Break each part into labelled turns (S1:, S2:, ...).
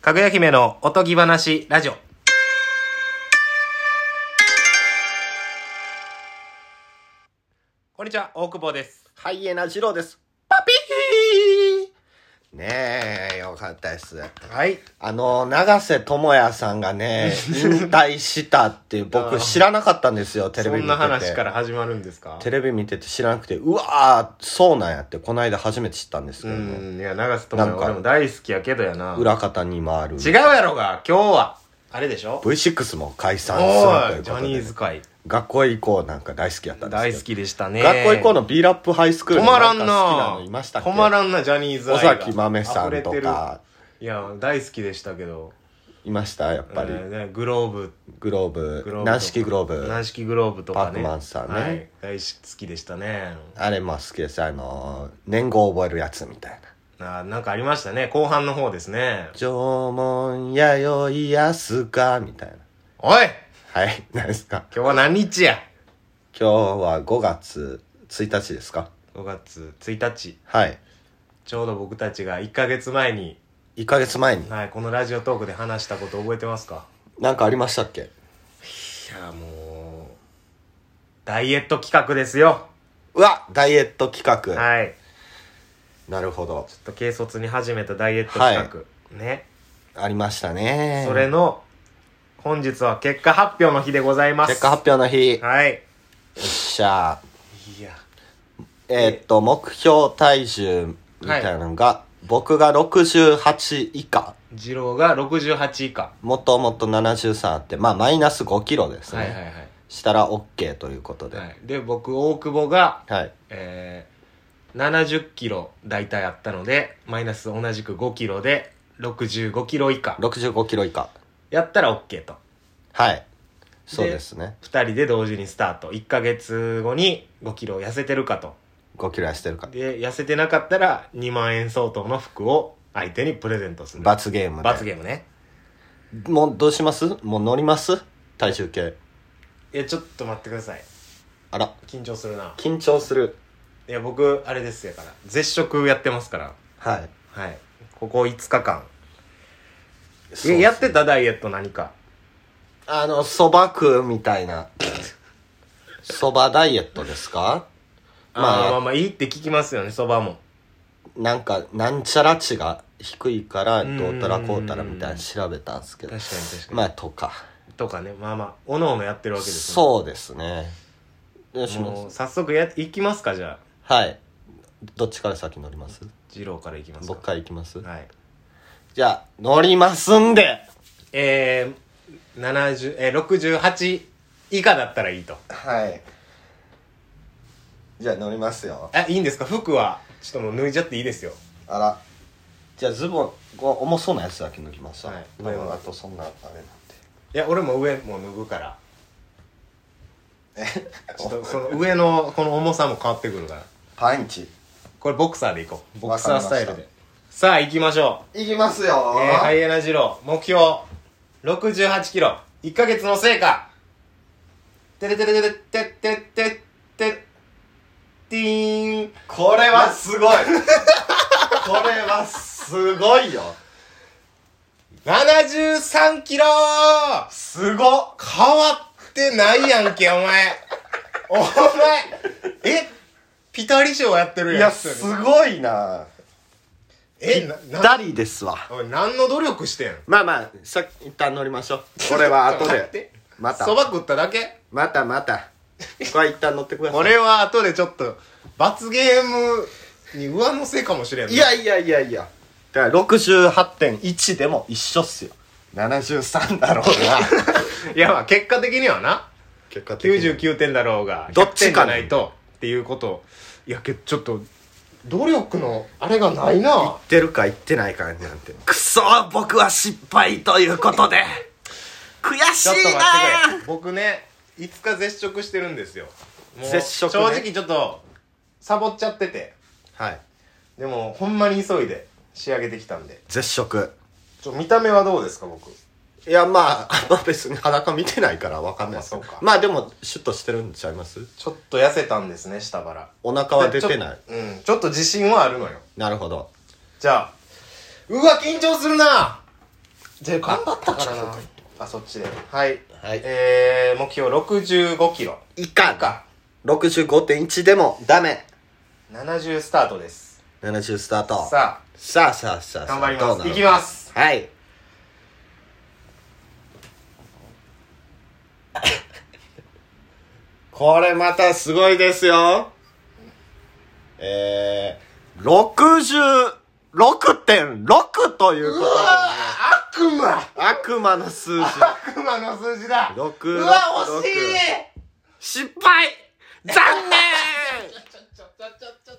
S1: かぐや姫のおとぎ話ラジオ。こんにちは、大久保です。
S2: ハイエナ二郎です。パピーねえ、よかったです。
S1: はい。
S2: あの、長瀬智也さん がね、引退したって
S1: あー
S2: 僕知らなかったんですよ、テレ
S1: そ
S2: ビ見てて。
S1: んな話から始まるんですか
S2: テレビ見てて知らなくて、うわー、そうなんやって、この間初めて知ったんです
S1: う
S2: けどね。
S1: ん、いや、長瀬智也
S2: なんか
S1: 俺も大好きやけどやな。
S2: 裏方に回る。
S1: 違うやろが、今日は。あれでしょ
S2: V6 も解散す
S1: お
S2: る
S1: い、ジ
S2: というこ
S1: ャ
S2: と
S1: ニ
S2: で
S1: ーズ。界。
S2: 学校へ行こうなんか大好きやったんですけ
S1: 大
S2: ど。
S1: 好きでしたね。
S2: 学校行こうの B ラップハイスクール
S1: 止
S2: にな
S1: ま
S2: んから好
S1: ん
S2: き
S1: な
S2: なのいましたっけ
S1: 止まらんな、ジャニーズ
S2: 尾
S1: 愛が
S2: 崎豆さんと
S1: 溢れてる
S2: か、
S1: いや、大好きでしたけど。
S2: いましたやっぱり。
S1: えーねグローブ
S2: グロー
S1: グロー
S2: ブ
S1: ブ
S2: 軟式グローブ
S1: 軟式グローブとかね
S2: パックマンさんね
S1: はい、大好きでしたね
S2: あれも好きですあの年号覚えるやつみたいな
S1: あなんかありましたね後半の方ですね
S2: 「縄文弥生安か」みたいな
S1: おい
S2: はい何ですか
S1: 今日は何日や
S2: 今日は5月1日ですか
S1: 5月1日
S2: はい
S1: ちょうど僕たちが1ヶ月前に、
S2: 1ヶ月前に
S1: はい、このラジオトークで話したこと覚えてますか
S2: 何かありましたっけ
S1: いやもうダイエット企画ですよ
S2: うわダイエット企画、
S1: はい
S2: なるほど
S1: ちょっと軽率に始めたダイエット企画、ね
S2: ありましたね
S1: それの本日は結果発表の日でございます
S2: 結果発表の日よ
S1: はい
S2: っしゃ
S1: いや
S2: えーっと目標体重みたいなのが、僕が68以下
S1: 次郎が68以下
S2: もともと73あって、まあ、マイナス5キロですね。
S1: はいはいはい、
S2: したら OK ということで。
S1: は
S2: はい。
S1: い、で僕大久保が、えー、70キロ大体あったのでマイナス同じく5キロで65キロ以下
S2: 65キロ以下。
S1: やったら OK と
S2: はい。そうですね。
S1: 2人で同時にスタート1ヶ月後に5キロ痩せてるかと
S2: 5キロ痩せてるか。
S1: で痩せてなかったら2万円相当の服を相手にプレゼントする
S2: 罰ゲームで。
S1: 罰ゲームね
S2: もうどうしますもう乗ります体重計。
S1: いやちょっと待ってください
S2: あら。
S1: 緊張するな
S2: 緊張する。
S1: いや僕あれですやから絶食やってますから
S2: はい。
S1: はいここ5日間
S2: そう
S1: え
S2: す
S1: やってたダイエット何か
S2: あの、蕎麦食うみたいな。蕎麦ダイエットですか
S1: まあーまあ
S2: まあ、
S1: まあいいって聞きますよねそばも
S2: なんか、なんちゃら値が低いから、どうたらこうたらみたいなの調べたんですけ
S1: 確
S2: ど
S1: かに。確かに、
S2: まあ、とか。
S1: とかねまあまあおのおのやってるわけです
S2: そうですね。よし
S1: ねもう早速やいきますかじゃあ
S2: はい。どっちから先乗ります
S1: 二郎からいきますか
S2: 僕から行きます
S1: はい
S2: じゃあ、乗りますんで
S1: えー、70えー、68以下だったらいいと
S2: はい。じゃあ乗りますよ。
S1: あいいんですか服はちょっともう脱いじゃっていいですよ
S2: あら。じゃあズボン、こう重そうなやつだけ脱ぎますわ。
S1: はい
S2: 多分あとそんな、あれなんで。
S1: いや俺も上も脱ぐ から
S2: え
S1: ちょっとその上のこの重さも変わってくるから
S2: パンチ。
S1: これボクサーでいこうボクサースタイル
S2: わかり
S1: でさあ行きましょう
S2: いきますよ
S1: えー、ハイエナ二郎、目標、68キロ、1ヶ月の成果。てれてれてれてってってってってーん。
S2: これは すごいこれはすごいよ
S1: 73キロ
S2: すごっ
S1: 変わってないやんけ、お前。お前、え、ピタリ賞やってる
S2: い
S1: やん。
S2: や、すごいな
S1: え、な、な、
S2: ダリですわ。
S1: おい、何の努力してん
S2: まあまあ、さ一旦乗りまし ょう。これは
S1: ち
S2: 後
S1: ょっと待って
S2: で。また
S1: そ。ば食っただけ
S2: またまた。 これ一旦乗ってください。
S1: これは後でちょっと、罰ゲームに上乗せかもしれんない
S2: やいやいやいや。だから68.1でも一緒っすよ。73だろうな。
S1: いやまあ結果的にはな
S2: 結果的に。
S1: 99点だろうが
S2: どっ
S1: 100
S2: ち
S1: 点じ
S2: か
S1: ゃ
S2: ね
S1: ないとっていうこといやけちょっと努力のあれがないな
S2: 出るか行ってないかなんて。くそ僕は失敗ということで。悔し
S1: ちょっと待ってく
S2: な
S1: れ僕ね5日絶食してるんですよもう
S2: 絶食ね
S1: 正直ちょっとサボっちゃってて
S2: はい。
S1: でもほんまに急いで仕上げてきたんで
S2: 絶食。
S1: ちょ見た目はどうですか僕
S2: いや、まあ、 あんま別に裸見てないからわかんないです
S1: まあそうか
S2: まあでも、シュッとしてるんちゃいます
S1: ちょっと痩せたんですね下腹
S2: お腹は出てない。
S1: ちょうんちょっと自信はあるのよ
S2: なるほど。
S1: じゃあうわ緊張するなじゃあ頑張ったから
S2: あ
S1: な
S2: あ
S1: あそっちではい、
S2: はい
S1: えー、目標6 5キロ
S2: 以下
S1: か
S2: 65.1でもダメ
S1: 70スタートです
S2: 70スタートさ
S1: さ
S2: あさあさ
S1: あ
S2: あ
S1: 頑張り
S2: さあ
S1: ま
S2: どうな
S1: す
S2: る
S1: いきます
S2: はい これまたすごいですよえー、66.6ということで
S1: 悪魔
S2: 悪魔の数字
S1: 悪魔の数字だ
S2: 六
S1: うわ
S2: 六
S1: 惜しい
S2: 失敗残 念
S1: ちょちょちょちょちょちょ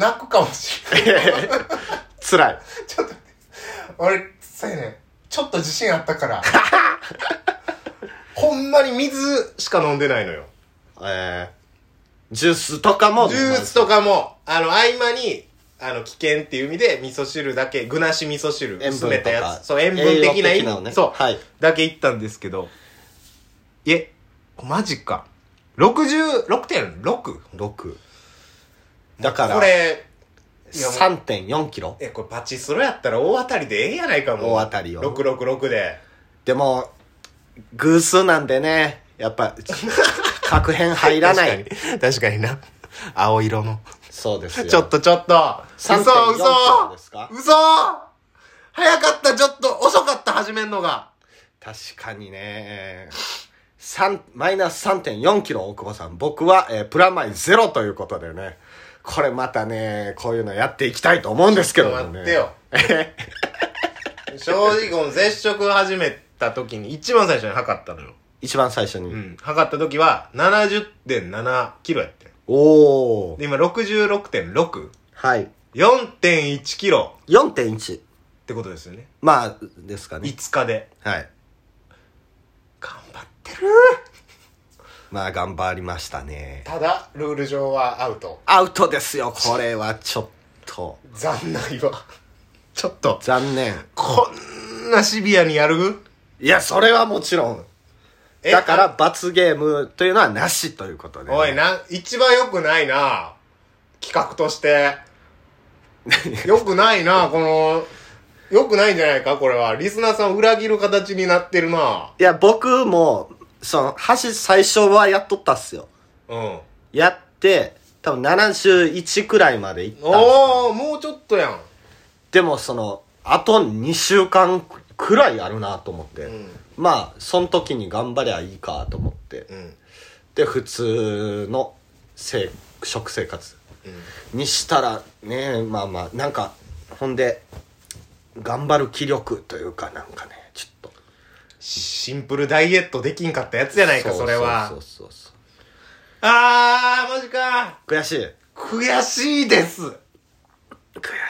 S1: 泣くかもしれない
S2: 辛い
S1: ちょっと待って俺さやねんちょっと自信あったから ほんまに水しか飲んでないのよ
S2: えー、ジュースとかも
S1: ジュースとかも、あの、合間に、あの、危険っていう意味で、味噌汁だけ、具なし味噌汁、
S2: 塩分
S1: 薄めた
S2: と
S1: や
S2: か
S1: つ。そう、塩分的な
S2: 栄養
S1: 意
S2: 的なの
S1: 味、
S2: ね
S1: そう、
S2: はい
S1: だけいったんですけど、え、マジか。66.6?
S2: 6だから
S1: これ、いやもう
S2: 3.4キロ
S1: え、これパチスロやったら大当たりでええやないかも。
S2: 大当たりよ
S1: 666で。
S2: でも偶数なんでねやっぱ確変入らな
S1: 確
S2: い
S1: かに。確かにな。青色の。
S2: そうですよ
S1: ちょっとちょっと。嘘
S2: 3.4
S1: 嘘
S2: キロですか
S1: 嘘早かった、ちょっと。遅かった、始めんのが。
S2: 確かにね3マイナス3.4キロ大久保さん僕は、えープラマイゼロということでねこれまたねこういうのやっていきたいと思うんですけどもね
S1: 待って よ。正直、この絶食始めた時に、一番最初に測ったのよ。
S2: 一番最初に、
S1: うん。測った時は、70.7キロやってん。
S2: おお
S1: で、今、66.6。
S2: はい
S1: 4.1キロ
S2: 4.1
S1: ってことですよね。
S2: まあですかね
S1: 5日で。
S2: はい
S1: 頑張ってる。
S2: まあ頑張りましたね
S1: ただ、ルール上はアウト。
S2: アウトですよこれはちょっと
S1: 残念は。ちょっと、
S2: 残念
S1: こんなシビアにやる
S2: いやそれはもちろん
S1: え
S2: だから罰ゲームというのはなしということで、
S1: おい、な、一番良くないな企画として。良くないなこの、良くないんじゃないかこれは。リスナーさんを裏切る形になってるない
S2: や僕もその箸最初はやっとったっすよ
S1: うん。
S2: やって多分71くらいまでいったんです
S1: おー、もうちょっとやん。
S2: でもそのあと2週間くらいあるなと思って、
S1: ん
S2: まあその時に頑張りゃいいかと思って
S1: うん。
S2: で普通の生食生活にしたらねまあまあなんかほんで頑張る気力というかなんかねちょっと
S1: シンプルダイエットできんかったやつじゃないか、それ
S2: そ
S1: は
S2: う。そうそうそ
S1: あー、マジか。
S2: う悔しい
S1: 悔しいです。
S2: 悔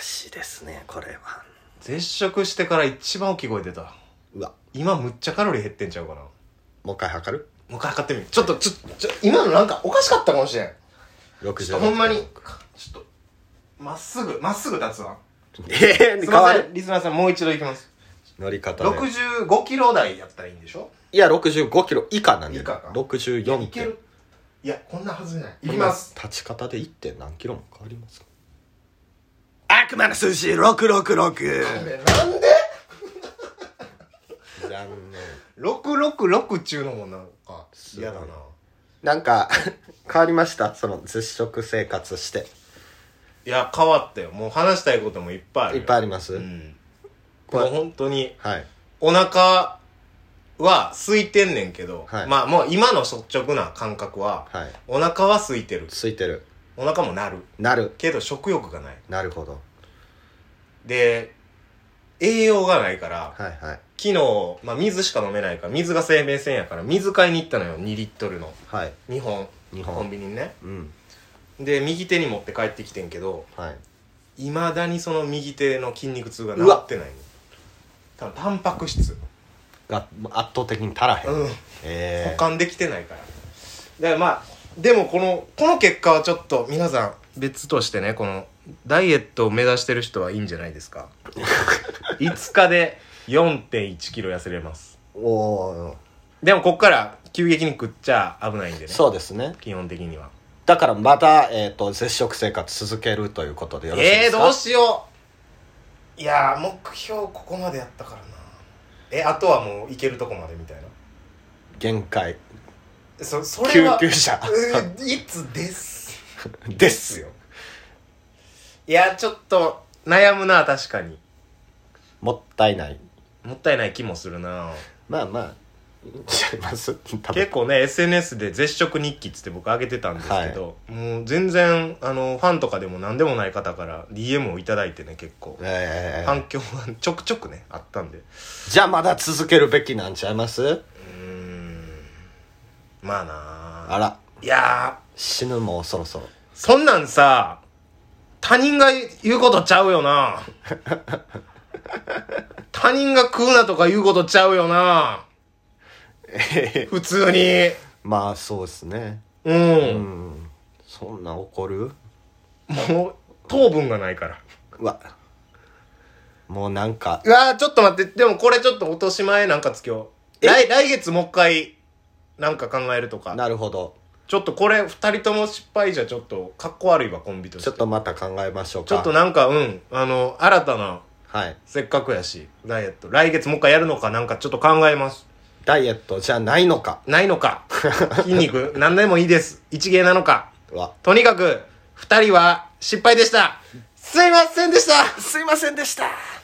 S2: しいですねこれは
S1: 絶食してから一番大きい声出た。
S2: うわ
S1: 今むっちゃカロリー減ってんちゃうかな。
S2: もう一回測る
S1: もう一回測ってみる。ちょっと、ちょ、ちょ、今のなんかおかしかったかもしれん。
S2: 60
S1: ほんまに、ちょっと、まっすぐ、まっすぐ立つわ。
S2: え
S1: す
S2: え
S1: い
S2: 変
S1: ま
S2: わ
S1: せ
S2: る
S1: ん、リスナーさんもう一度いきます。
S2: 乗り方で
S1: 65キロ台やったらいいんでしょ
S2: いや65キロ以下なんで
S1: 以下か
S2: 64
S1: いけるいや、こんなはずない。いきます。
S2: 立ち方で 1. 点何キロも変わりますか悪魔の数字666
S1: なんでなんで
S2: 残念
S1: ?666 中のもなんか、
S2: ごい
S1: 嫌だな。
S2: なんか 変わりましたその絶食生活して
S1: いや、変わったよ。もう話したいこともいっぱいある
S2: い
S1: よ。
S2: っぱいあります、
S1: うん。こ
S2: こ
S1: れ
S2: れ
S1: 本当に、
S2: はい
S1: お腹は空いてんねんけど、
S2: はい
S1: まあもう今の率直な感覚は、
S2: はい
S1: お腹は空いてる。
S2: ついてる
S1: お腹もなる。
S2: なる
S1: けど食欲がない。
S2: なるほど
S1: で栄養がないから
S2: はいはい
S1: 昨日、まあ、水しか飲めないから水が生命線やから水買いに行ったのよ2リットルの
S2: はい
S1: 2本
S2: 日
S1: コ
S2: 本
S1: ンビニにね
S2: うん
S1: で右手に持って帰ってきてんけど
S2: はい
S1: いまだにその右手の筋肉痛が治
S2: うわ
S1: ってないの多分タンパク質
S2: が圧倒的に足らへん、
S1: うん
S2: え
S1: 保管できてないからだからまあでもこのこの結果はちょっと皆さん別としてねこのダイエットを目指してる人はいいんじゃないです か5日で4 1キロ痩せれます
S2: ー、おー
S1: でもこっから急激に食っちゃ危ないんでね
S2: そうですね
S1: 基本的には
S2: だからまた、えー、と絶食生活続けるということでよろしいで
S1: ええ
S2: すか
S1: どうしよういやー目標ここまでやったからなえあとはもういけるとこまでみたいな
S2: 限界
S1: そそれ
S2: 救
S1: は
S2: 急車
S1: うーいつです
S2: で
S1: です
S2: す
S1: よいやちょっと悩むな確かに
S2: もったいない
S1: もったいない気もするな
S2: まあまあいいんちゃいます多分
S1: 結構ね SNS で「絶食日記」っつって僕上げてたんですけど、もう全然あのファンとかでも何でもない方から DM をいただいてね結構
S2: えー
S1: 反響がちょくちょくねあったんで
S2: じゃあまだ続けるべきなんちゃいます
S1: うーんまあなあ
S2: あら
S1: いや
S2: 死ぬもうそろそろ
S1: ーそんなんさ他人が言うことちゃうよ な他人が食うなとか言うことちゃうよな普通に
S2: まあそうですね
S1: うん、
S2: うんそんな怒る
S1: もう糖分がないから
S2: うわもうなんか
S1: うわーちょっと待ってでもこれちょっと落とし前なんかつきょう来来月もう一回なんか考えるとか
S2: なるほど
S1: ちょっとこれ二人とも失敗じゃちょっとかっこ悪いわコンビとして
S2: ちょっとまた考えましょうか
S1: ちょっとなんかうんあの新たな
S2: はい
S1: せっかくやしダイエット来月もう一回やるのかなんかちょっと考えます
S2: ダイエットじゃないのか
S1: ないのか筋肉何でもいいです一芸なのか
S2: は
S1: とにかく二人は失敗でしたすいませんでした
S2: すいませんでした